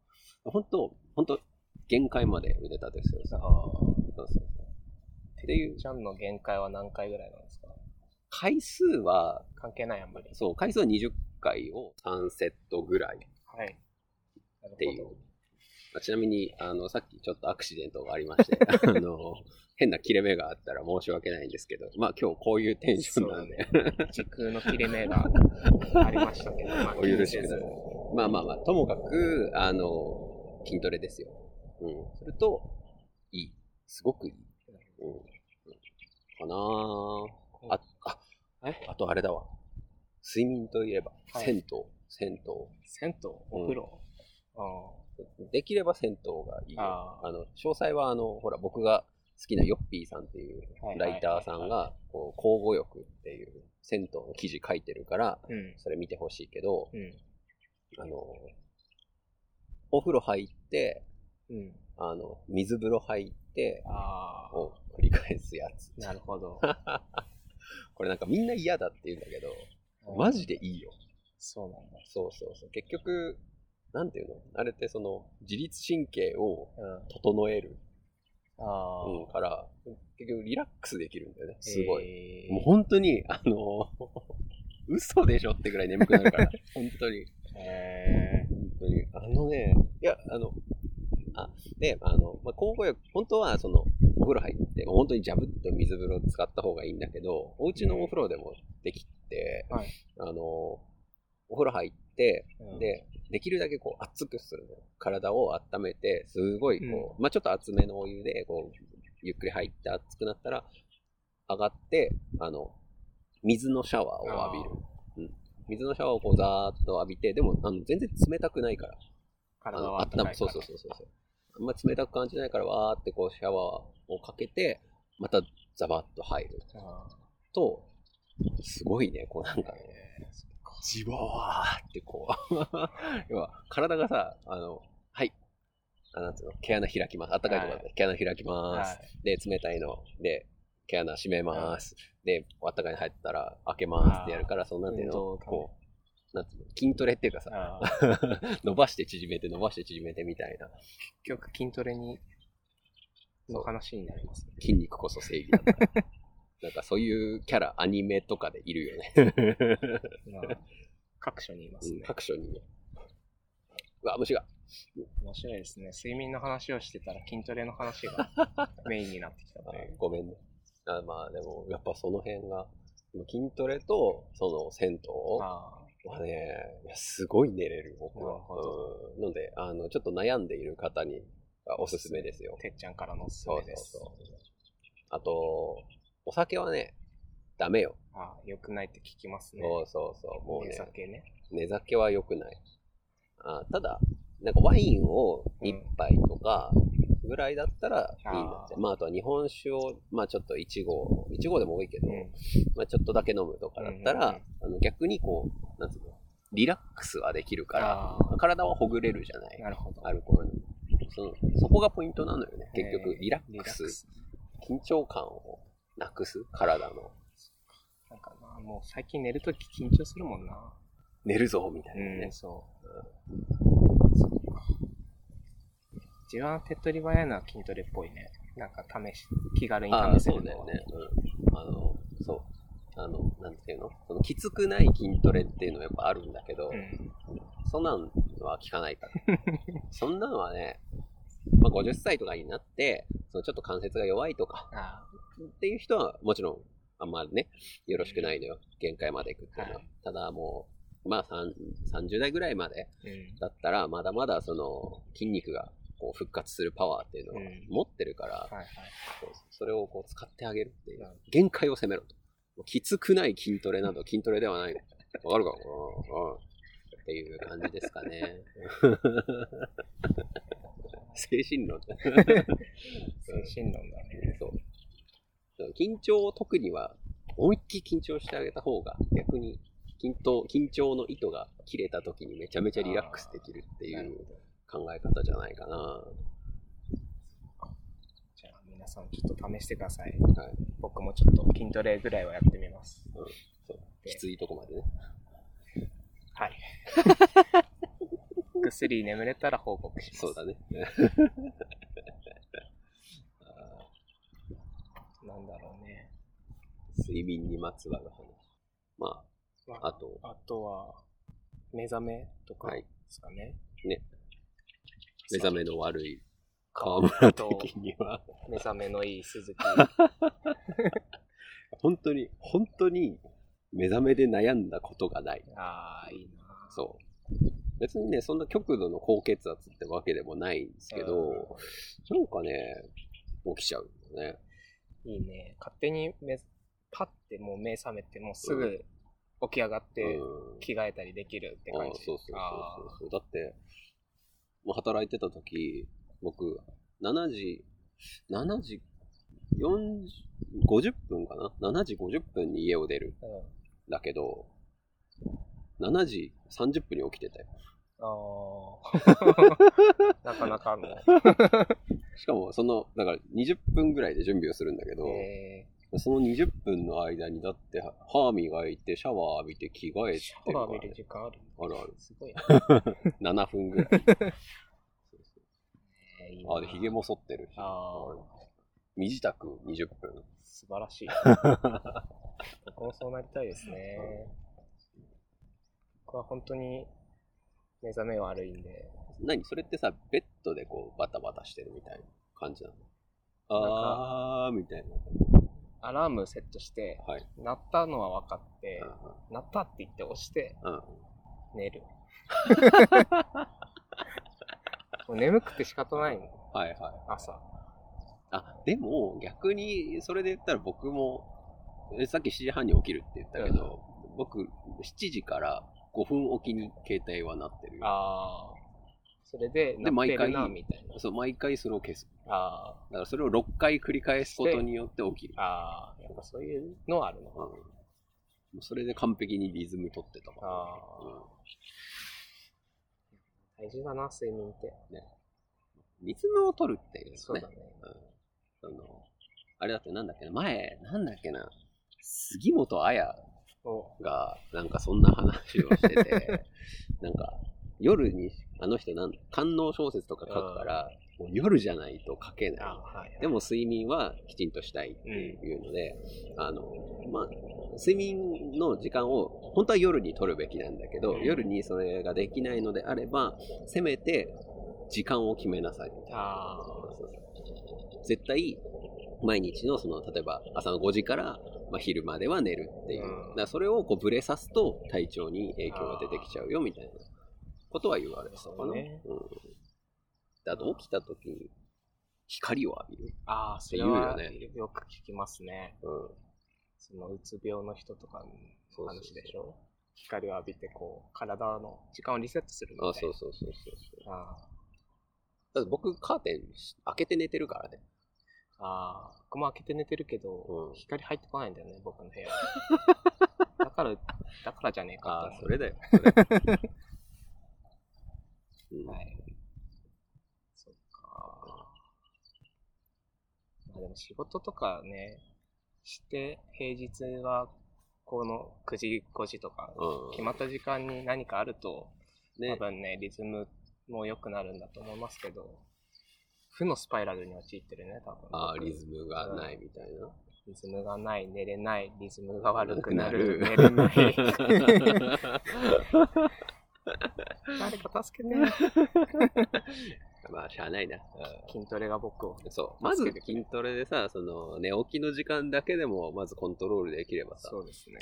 [SPEAKER 1] 本当本当限界まで腕立て伏せを
[SPEAKER 2] あ
[SPEAKER 1] さ、
[SPEAKER 2] あ。
[SPEAKER 1] そうそうそうっていう
[SPEAKER 2] ちゃんの限界は何回ぐらいなんですか
[SPEAKER 1] 回数は、
[SPEAKER 2] 関係ないあんまり。
[SPEAKER 1] そう、回数は20回を3セットぐらい
[SPEAKER 2] はい。なるほど
[SPEAKER 1] っていう。まあちなみに、あの、さっきちょっとアクシデントがありま して、あの、変な切れ目があったら申し訳ないんですけど、まあ今日こういうテンションなんで、
[SPEAKER 2] 時空の切れ目がありましたけど、まあ
[SPEAKER 1] お許しください
[SPEAKER 2] いいです。
[SPEAKER 1] まあまあまあ、ともかく、あの、筋トレですよ。うん。すると、いい。すごくいい。うん。うんかなああ、あ、
[SPEAKER 2] え
[SPEAKER 1] あとあれだわ。睡眠といえば、
[SPEAKER 2] はい
[SPEAKER 1] 銭湯、銭
[SPEAKER 2] 銭湯、お風呂。
[SPEAKER 1] 湯。できれば銭湯がいいよ。
[SPEAKER 2] あー
[SPEAKER 1] あの、詳細はあの、ほら、僕が好きなヨッピーさんっていう
[SPEAKER 2] はい
[SPEAKER 1] ライターさんが、こう、交互浴っていう銭湯の記事書いてるから、
[SPEAKER 2] うん。
[SPEAKER 1] それ見てほしいけど、
[SPEAKER 2] うん。
[SPEAKER 1] あの、お風呂入って、
[SPEAKER 2] うん。
[SPEAKER 1] あの、水風呂入って、
[SPEAKER 2] ああ、
[SPEAKER 1] を繰り返すやつ。
[SPEAKER 2] なるほど。
[SPEAKER 1] これなんかみんな嫌だって言うんだけど、 マジでいいよ。
[SPEAKER 2] そうなんだ。
[SPEAKER 1] そうそうそう。結局、なんていうのあれってその、自律神経を
[SPEAKER 2] うん。
[SPEAKER 1] 整える、
[SPEAKER 2] ああ、
[SPEAKER 1] うん、から、結局リラックスできるんだよね。すごい。
[SPEAKER 2] い
[SPEAKER 1] もう本当に、あの、嘘でしょってぐらい眠くなるから、本当に。
[SPEAKER 2] へ
[SPEAKER 1] 本当に。あのね、いや、あの、あ、で、あの、まあ、交互浴、本当は、その、お風呂入って、まあ本当にジャブッと水風呂使った方がいいんだけど、お家のお風呂でもできて、
[SPEAKER 2] はい
[SPEAKER 1] あの、お風呂入って、
[SPEAKER 2] ー、
[SPEAKER 1] で、できるだけこう熱くするの。体を温めて、すごいこう、まあちょっと熱めのお湯で、こう、ゆっくり入って熱くなったら、上がって、あの、水のシャワーを浴びる。うん、水のシャワーをこうザーッと浴びて、でもあの全然冷たくないから。
[SPEAKER 2] 体
[SPEAKER 1] あ
[SPEAKER 2] は温
[SPEAKER 1] の
[SPEAKER 2] かいか
[SPEAKER 1] そ
[SPEAKER 2] ら。
[SPEAKER 1] うそうそうそうそう。あんま冷たく感じないから、わーってこうシャワーをかけて、またザバッと入る
[SPEAKER 2] あ
[SPEAKER 1] と、すごいね、こうなん
[SPEAKER 2] ー
[SPEAKER 1] かね、
[SPEAKER 2] へーそっか
[SPEAKER 1] じわーってこう、 要は体がさ、あの、はい、あなんつうの、毛穴開きます。あったかいところだったら毛穴開きます、
[SPEAKER 2] はい。
[SPEAKER 1] で、冷たいの、で、毛穴閉めます。で、あったかいの入ったら開けますってやるから、そんなんていうの、
[SPEAKER 2] 運動だね
[SPEAKER 1] こう、なんつうの、筋トレっていうかさ、
[SPEAKER 2] あー
[SPEAKER 1] 伸ばして縮めて伸ばして縮めてみたいな、
[SPEAKER 2] 結局筋トレに、の話にな りますね。
[SPEAKER 1] 筋肉こそ正義なんだ。 なんかそういうキャラ、アニメとかでいるよ ね。
[SPEAKER 2] まあ、各所にいますね。
[SPEAKER 1] 各所にね。うわ、虫が。
[SPEAKER 2] 面白いですね。睡眠の話をしてたら筋トレの 話がメインになってきたという。
[SPEAKER 1] ごめんね。あまあでも、やっぱその辺が、筋トレと、その、銭
[SPEAKER 2] あ
[SPEAKER 1] 湯はね、いやすごい寝れる、僕
[SPEAKER 2] な
[SPEAKER 1] は
[SPEAKER 2] るほど。
[SPEAKER 1] うんなので、あの、ちょっと悩んでいる方にはおすすめですよ
[SPEAKER 2] あ、。てっちゃんからのおすす
[SPEAKER 1] そう
[SPEAKER 2] め
[SPEAKER 1] そう
[SPEAKER 2] です。
[SPEAKER 1] そう。あと、お酒はね、ダメよ。
[SPEAKER 2] ああ、良くないって聞きますね。
[SPEAKER 1] そうそうそう。もう
[SPEAKER 2] お
[SPEAKER 1] ね、
[SPEAKER 2] 酒ね。
[SPEAKER 1] 寝酒は良くない。あただ、なんかワインを1杯とかぐらいだったらいいんだって。
[SPEAKER 2] あー
[SPEAKER 1] まあ、あとは日本酒を、まあちょっと1合、1合でも多いけど、
[SPEAKER 2] うん。
[SPEAKER 1] まあ、ちょっとだけ飲むとかだったら、
[SPEAKER 2] うんうん
[SPEAKER 1] あの逆にこう、なんつうの、リラックスはできるから、
[SPEAKER 2] あー
[SPEAKER 1] 体はほぐれるじゃない、
[SPEAKER 2] なるほど。
[SPEAKER 1] アルコールの。そのそこがポイントなのよね。結
[SPEAKER 2] え
[SPEAKER 1] 局、
[SPEAKER 2] ー
[SPEAKER 1] リラックス、。緊張感をなくす、体の。
[SPEAKER 2] なんかな、もう最近寝るとき緊張するもんな。
[SPEAKER 1] 寝るぞ、みたいな
[SPEAKER 2] う
[SPEAKER 1] ね
[SPEAKER 2] ん、。そう。そっか。一番手っ取り早いのは筋トレっぽいね。なんか試し、気軽に
[SPEAKER 1] ああ、
[SPEAKER 2] 試せ
[SPEAKER 1] そ
[SPEAKER 2] る
[SPEAKER 1] うだ
[SPEAKER 2] の
[SPEAKER 1] よ
[SPEAKER 2] は。
[SPEAKER 1] ね。うん。あの、そう。あの、なんていうのそのきつくない筋トレっていうのはやっぱあるんだけど、
[SPEAKER 2] うん。
[SPEAKER 1] そんなんは聞かないから。 そんなんはね、まあ、50歳とかになって、そのちょっと関節が弱いとか、
[SPEAKER 2] あ
[SPEAKER 1] っていう人はもちろんあんまね、よろしくないのよ。限界まで行くっていうのは。
[SPEAKER 2] は
[SPEAKER 1] ただもう、まあ3 30代ぐらいまで
[SPEAKER 2] あ、うん。
[SPEAKER 1] だったら、まだまだその筋肉がこう復活するパワーっていうのは
[SPEAKER 2] うん
[SPEAKER 1] 持ってるから、
[SPEAKER 2] はいはい。
[SPEAKER 1] そうそれをこう使ってあげるっていう
[SPEAKER 2] なるほ。
[SPEAKER 1] 限界を攻めろと。もうきつくない筋トレなど筋トレではない。わかるかなうんうんっていう感じですか ね。精神論だね
[SPEAKER 2] 精神論だね。
[SPEAKER 1] そう。緊張を特には、思いっきり緊張してあげた方が、逆に緊張、緊張の糸が切れた時にめちゃめちゃリラックスできるってい
[SPEAKER 2] なる
[SPEAKER 1] う考え方じゃないかな。は
[SPEAKER 2] じゃあ皆さんちょっと試してくださ
[SPEAKER 1] い。
[SPEAKER 2] い。僕もちょっと筋トレぐらいはやってみます。
[SPEAKER 1] そうきついとこまでね。
[SPEAKER 2] はい。ぐっすり眠れたら報告します。
[SPEAKER 1] そうだね。
[SPEAKER 2] なんだろうね。
[SPEAKER 1] 睡眠にまつわる話。ま
[SPEAKER 2] ま
[SPEAKER 1] あ、あと、
[SPEAKER 2] あとは、目覚めとか
[SPEAKER 1] はい
[SPEAKER 2] です かね。
[SPEAKER 1] ね。目覚めの悪い川村的には、
[SPEAKER 2] 目覚めのいい 鈴木。
[SPEAKER 1] 本当に、本当に目覚めで悩んだことがない。
[SPEAKER 2] ああ、いいな。
[SPEAKER 1] そう。別にね、そんな極度の高血圧ってわけでもないんですけど、なんかね、起きちゃうよね。
[SPEAKER 2] いいね。勝手に目、パッてもう目覚めて、もうすぐ起き上がって、
[SPEAKER 1] うん
[SPEAKER 2] 着替えたりできるって
[SPEAKER 1] あ
[SPEAKER 2] 感
[SPEAKER 1] ー
[SPEAKER 2] じ。
[SPEAKER 1] そうそうそう
[SPEAKER 2] あ
[SPEAKER 1] そうそう。だって、もう働いてた時、僕、7時、7時、40 50分かな ?7 時50分に家を出る。
[SPEAKER 2] ーうん
[SPEAKER 1] だけど、7時30分に起きてたよ。
[SPEAKER 2] あ あ。なかなかの。
[SPEAKER 1] しかも、その、だから20分ぐらいで準備をするんだけど、
[SPEAKER 2] え
[SPEAKER 1] その20分の間にだって、歯磨いて、シャワー浴びて、着替え
[SPEAKER 2] ー、
[SPEAKER 1] て
[SPEAKER 2] シャワー見る時間ある
[SPEAKER 1] あるある。
[SPEAKER 2] すごいな。
[SPEAKER 1] 7分 ぐらい。
[SPEAKER 2] えーいいな
[SPEAKER 1] あ、で、髭も剃ってるし。
[SPEAKER 2] ああ。
[SPEAKER 1] 身支度20分。
[SPEAKER 2] 素晴ら しい。僕もそうなりたいですね。僕は本当に目覚め悪いんで、
[SPEAKER 1] 何それってさ、ベッドでこう、バタバタしてるみたいな感じなの
[SPEAKER 2] んか
[SPEAKER 1] あー、みたい
[SPEAKER 2] アラームセットして
[SPEAKER 1] な。、はい。
[SPEAKER 2] 鳴ったのは分かって、鳴ったって言って押して
[SPEAKER 1] うんうん。
[SPEAKER 2] 寝る。 もう眠くて仕方ないの、
[SPEAKER 1] はいはい。
[SPEAKER 2] 朝。
[SPEAKER 1] あ、でも逆にそれで言ったら僕も、えさっき7時半に起きるって言ったけど、僕7時から5分おきに携帯は鳴ってるよ。
[SPEAKER 2] ああ。それで
[SPEAKER 1] で
[SPEAKER 2] 鳴っ
[SPEAKER 1] 毎
[SPEAKER 2] て
[SPEAKER 1] 回
[SPEAKER 2] るな、みたいな。
[SPEAKER 1] そう、毎回それを消す。
[SPEAKER 2] あ
[SPEAKER 1] だからそれを6回繰り返すことによって起きる
[SPEAKER 2] あ。。ああ。やっぱそういうのはあるの
[SPEAKER 1] うん。もうそれで完璧にリズム取ってたから、
[SPEAKER 2] あ大事だな、睡眠って。
[SPEAKER 1] うんリズムを取るっていう
[SPEAKER 2] そ
[SPEAKER 1] の
[SPEAKER 2] う
[SPEAKER 1] ね
[SPEAKER 2] だ。ね。
[SPEAKER 1] そのあれだってなんだっけな、前、なんだっけな、杉本彩
[SPEAKER 2] お
[SPEAKER 1] が、なんかそんな話をしてて、 なんか、夜に、あの人なん、官能小説とか書くから、もう夜じゃないと書け
[SPEAKER 2] あ
[SPEAKER 1] な
[SPEAKER 2] はいはい
[SPEAKER 1] い。でも睡眠はきちんとしたいっていうので、あの、まあ、睡眠の時間を、本当は夜に取るべきなんだけど、
[SPEAKER 2] うん
[SPEAKER 1] 夜にそれができないのであれば、せめて時間を決めなさい。
[SPEAKER 2] あ
[SPEAKER 1] 絶対毎日のその例えば朝の5時から、まあ、昼までは寝るっていう、
[SPEAKER 2] うん
[SPEAKER 1] だからそれをこうブレさすと体調に影響が出てきちゃうよみたいなことは言われてたか
[SPEAKER 2] そう
[SPEAKER 1] な、
[SPEAKER 2] ね
[SPEAKER 1] うん、であと起きた時に光を浴びる、
[SPEAKER 2] ああ、それ
[SPEAKER 1] 言うよ
[SPEAKER 2] は
[SPEAKER 1] ね
[SPEAKER 2] よく聞きますね。
[SPEAKER 1] うん、
[SPEAKER 2] そのうつ病の人とか
[SPEAKER 1] そ
[SPEAKER 2] の
[SPEAKER 1] うそうそ
[SPEAKER 2] 話
[SPEAKER 1] う
[SPEAKER 2] でしょ光を浴びてこう、体の時間をリセットするみたいな。
[SPEAKER 1] あそうそうそうそうそう
[SPEAKER 2] あ
[SPEAKER 1] だって僕カーテン開けて寝てるからね
[SPEAKER 2] あああ、僕も開けて寝てるけど、
[SPEAKER 1] うん
[SPEAKER 2] 光入ってこないんだよね、僕の 部屋。だから、だからじゃねえかと思う
[SPEAKER 1] だよそれうん
[SPEAKER 2] はい。そっか。まあでも仕事とかね、して、平日は、この9時、5時とか、
[SPEAKER 1] うん
[SPEAKER 2] 決まった時間に何かあると、多
[SPEAKER 1] ね
[SPEAKER 2] 分ね、リズムも良くなるんだと思いますけど、負のスパイラルに陥ってるね、多分。
[SPEAKER 1] あーリズムがないみたいな
[SPEAKER 2] リズムがない、寝れない、リズムが悪くなる、
[SPEAKER 1] な
[SPEAKER 2] 寝れない。 誰か助けて。
[SPEAKER 1] まあ、しゃあないな。
[SPEAKER 2] 筋トレが僕を。
[SPEAKER 1] そう。まず
[SPEAKER 2] 助けてくれ
[SPEAKER 1] 筋トレでさ、その、寝起きの時間だけでも、まずコントロールできればさ、
[SPEAKER 2] そうですね。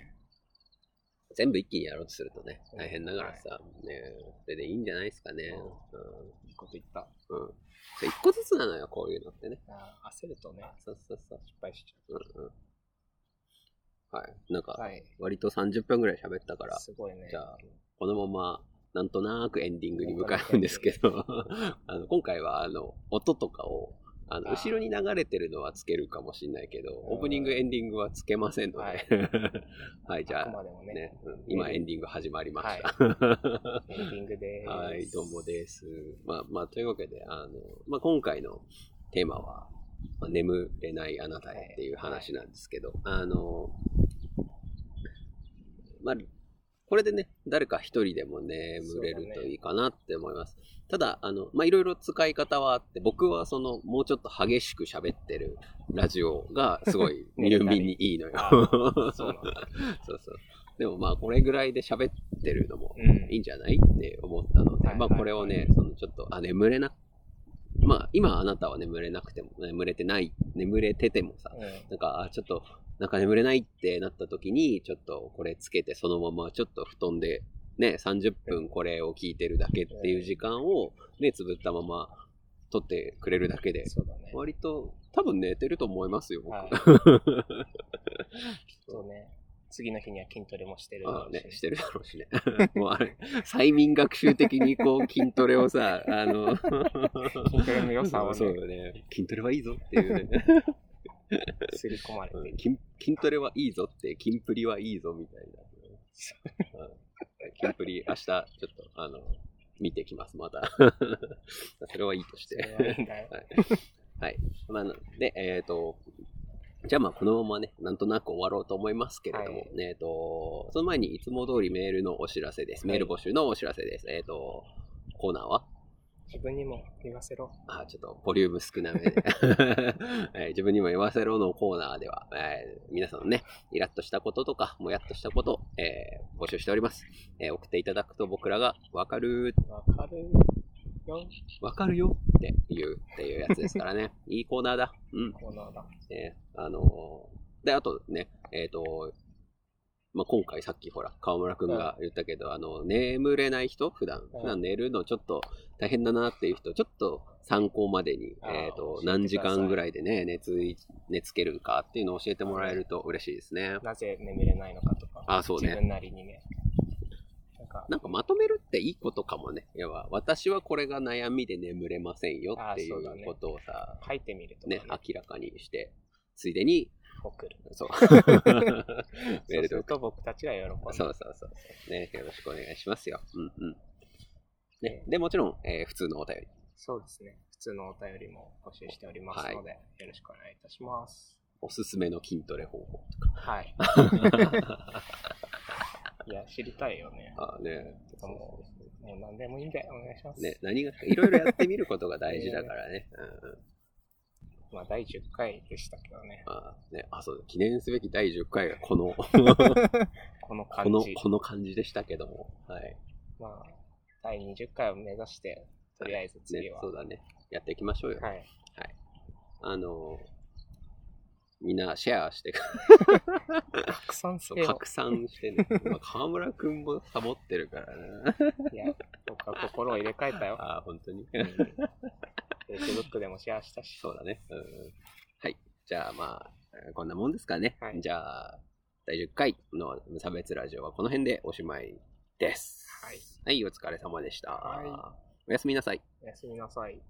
[SPEAKER 1] 全部一気にやろうとするとね、
[SPEAKER 2] うん
[SPEAKER 1] 大変だからさ、ね、それでいいんじゃないですかね。
[SPEAKER 2] いいこと言った。
[SPEAKER 1] うん。うん。で一個ずつなのよ、こういうのってね。
[SPEAKER 2] あー焦るとね、
[SPEAKER 1] そうそうそう。
[SPEAKER 2] 失敗しち
[SPEAKER 1] うんうん。はい。なん
[SPEAKER 2] ゃう。
[SPEAKER 1] か、
[SPEAKER 2] はい。
[SPEAKER 1] 割と30分ぐらい喋ったから、
[SPEAKER 2] すごいね。
[SPEAKER 1] じゃあこのまま、なんとなくエンディングに向かうんですけど、あの今回はあの音とかをあの
[SPEAKER 2] あー
[SPEAKER 1] 後ろに流れてるのはつけるかもしれないけど、オープニング、エンディングはつけませんので、は
[SPEAKER 2] はいい、
[SPEAKER 1] じゃ
[SPEAKER 2] あくま
[SPEAKER 1] あ、
[SPEAKER 2] でも
[SPEAKER 1] ね
[SPEAKER 2] ね、
[SPEAKER 1] うん今エンディング始まりました。
[SPEAKER 2] エンディングでーす。
[SPEAKER 1] はい、どうもです。まあ、まあ、というわけで、あの、まあ、今回のテーマは、まあ、眠れないあなたへっていう話なんですけど、あの、まあ、これでね、誰か一人でも眠れ
[SPEAKER 2] そう
[SPEAKER 1] る
[SPEAKER 2] だね
[SPEAKER 1] といいかなって思います。ただ、あの、まあ、いろいろ使い方はあって、僕はその、もうちょっと激しく喋ってるラジオがすご い
[SPEAKER 2] 寝れ
[SPEAKER 1] 入
[SPEAKER 2] たり
[SPEAKER 1] 眠にいいのよ。
[SPEAKER 2] あ
[SPEAKER 1] そ
[SPEAKER 2] そううなんだ。
[SPEAKER 1] そうそう。でもまあ、これぐらいで喋ってるのも
[SPEAKER 2] うん
[SPEAKER 1] いいんじゃないって思ったので、
[SPEAKER 2] はい
[SPEAKER 1] まあ
[SPEAKER 2] はい
[SPEAKER 1] これをね、そのちょっと、あ、眠れな、まあ今あなたは眠れなくても、眠れてない、眠れててもさ、
[SPEAKER 2] うん
[SPEAKER 1] なんか、あちょっと、なんか眠れないってなった時に、ちょっとこれつけてそのままちょっと布団で、ね、30分これを聞いてるだけっていう時間を目つぶったまま取ってくれるだけで、
[SPEAKER 2] そうだね。
[SPEAKER 1] 割と多分寝てると思いますよ、僕。
[SPEAKER 2] はい。きっとね、次の日には筋トレもしてるだ
[SPEAKER 1] あ
[SPEAKER 2] ろ
[SPEAKER 1] あ
[SPEAKER 2] う
[SPEAKER 1] ね、し
[SPEAKER 2] して
[SPEAKER 1] るだろう しね。もうあれ、催眠学習的にこう筋トレをさ、あ の、
[SPEAKER 2] 筋トレの良さを
[SPEAKER 1] そう
[SPEAKER 2] ね、
[SPEAKER 1] よね。筋トレはいいぞっていうね。
[SPEAKER 2] すり込まれ て
[SPEAKER 1] うん
[SPEAKER 2] いる。
[SPEAKER 1] 筋筋トレはいいぞって、筋プ リはいいぞみたいな。うん筋プリ、明日、ちょっと、あの、見てきます、また。 それはいいとし
[SPEAKER 2] そ
[SPEAKER 1] て。
[SPEAKER 2] れはいいんだよ。
[SPEAKER 1] はい。まあ、なので、えっ、と、じゃあまあこのままね、なんとなく終わろうと思いますけれども、
[SPEAKER 2] はい
[SPEAKER 1] ねえっ、と、その前にいつも通りメールのお知らせです。
[SPEAKER 2] は
[SPEAKER 1] メ
[SPEAKER 2] い
[SPEAKER 1] ール募集のお知らせです。えっ、と、コーナーは
[SPEAKER 2] 自分にも言わせろ。
[SPEAKER 1] あ、ちょっとボリューム少なめ で、はい自分にも言わせろのコーナーでは、えー皆さんのね、イラッとしたこととか、もやっとしたことを、えー募集しております。えー送っていただくと僕らがわかる
[SPEAKER 2] わかるよ。
[SPEAKER 1] わかるよって言うっていうやつですからね。 いいコーナーだ。うん。
[SPEAKER 2] コーナーだ。
[SPEAKER 1] ね、あのーで、あとね、えっ、と、まあ、今回さっきほら、河村くんが言ったけど、あの、眠れない人、普段、
[SPEAKER 2] うん
[SPEAKER 1] 普段寝るのちょっと大変だなっていう人、ちょっと参考までに、
[SPEAKER 2] あー
[SPEAKER 1] えっ、と
[SPEAKER 2] 教えてくださ、い
[SPEAKER 1] 何時間ぐらいでね、寝つい、寝つけるかっていうのを教えてもらえると嬉しいですね。
[SPEAKER 2] なぜ眠れないのかとか。
[SPEAKER 1] あそうね
[SPEAKER 2] 自分なりにね。なんか、
[SPEAKER 1] なんかまとめるっていいことかもね。要は、私はこれが悩みで眠れませんよってい
[SPEAKER 2] あーそうだね
[SPEAKER 1] うことをさ、
[SPEAKER 2] 書いてみるとか
[SPEAKER 1] ね、明らかにして、ついでに、
[SPEAKER 2] 送る。
[SPEAKER 1] そう。メ
[SPEAKER 2] そ
[SPEAKER 1] ー
[SPEAKER 2] う
[SPEAKER 1] ル
[SPEAKER 2] す
[SPEAKER 1] で送っ
[SPEAKER 2] ると僕たちが喜ぶ。
[SPEAKER 1] そうそうそうそう。ね、よろしくお願いしますよ。うんうん。ね、で、もちろん、えー普通のお便り。
[SPEAKER 2] そうですね。普通のお便りも募集しておりますので、よろしくお願いいたします。
[SPEAKER 1] おすすめの筋トレ方法。
[SPEAKER 2] はい。いや、知りたいよね。
[SPEAKER 1] あーね
[SPEAKER 2] もう、もう何でもいいんで、お願いします。
[SPEAKER 1] ね、何が、いろいろやってみることが大事だからね。 うんうん
[SPEAKER 2] まあ、第10回でしたけどね。
[SPEAKER 1] あーね、あ、そう、記念すべき第10回がこ の、
[SPEAKER 2] この
[SPEAKER 1] こ
[SPEAKER 2] 感
[SPEAKER 1] の、
[SPEAKER 2] じ。
[SPEAKER 1] この感じでしたけども。はい。
[SPEAKER 2] まあ、第20回を目指して、とりあえず次
[SPEAKER 1] ね
[SPEAKER 2] は。、
[SPEAKER 1] そうだね。やっていきましょうよ。
[SPEAKER 2] はい。
[SPEAKER 1] あのーみんなシェアして
[SPEAKER 2] 拡散せよ。
[SPEAKER 1] 拡散してね。今河村くんもサボってるから な。
[SPEAKER 2] いや、僕は心を入れ替え たよ。
[SPEAKER 1] ああ、本当に。
[SPEAKER 2] うん Facebook でもシェアしたし。
[SPEAKER 1] そうだね。うんうん。はい。じゃあまあ、えーこんなもんですかね。
[SPEAKER 2] はい
[SPEAKER 1] じゃあ、第10回の無差別ラジオはこの辺でおしまいです。
[SPEAKER 2] はい。
[SPEAKER 1] はい、お疲れ様でした。
[SPEAKER 2] は
[SPEAKER 1] おやすみなさい。
[SPEAKER 2] おやすみなさい。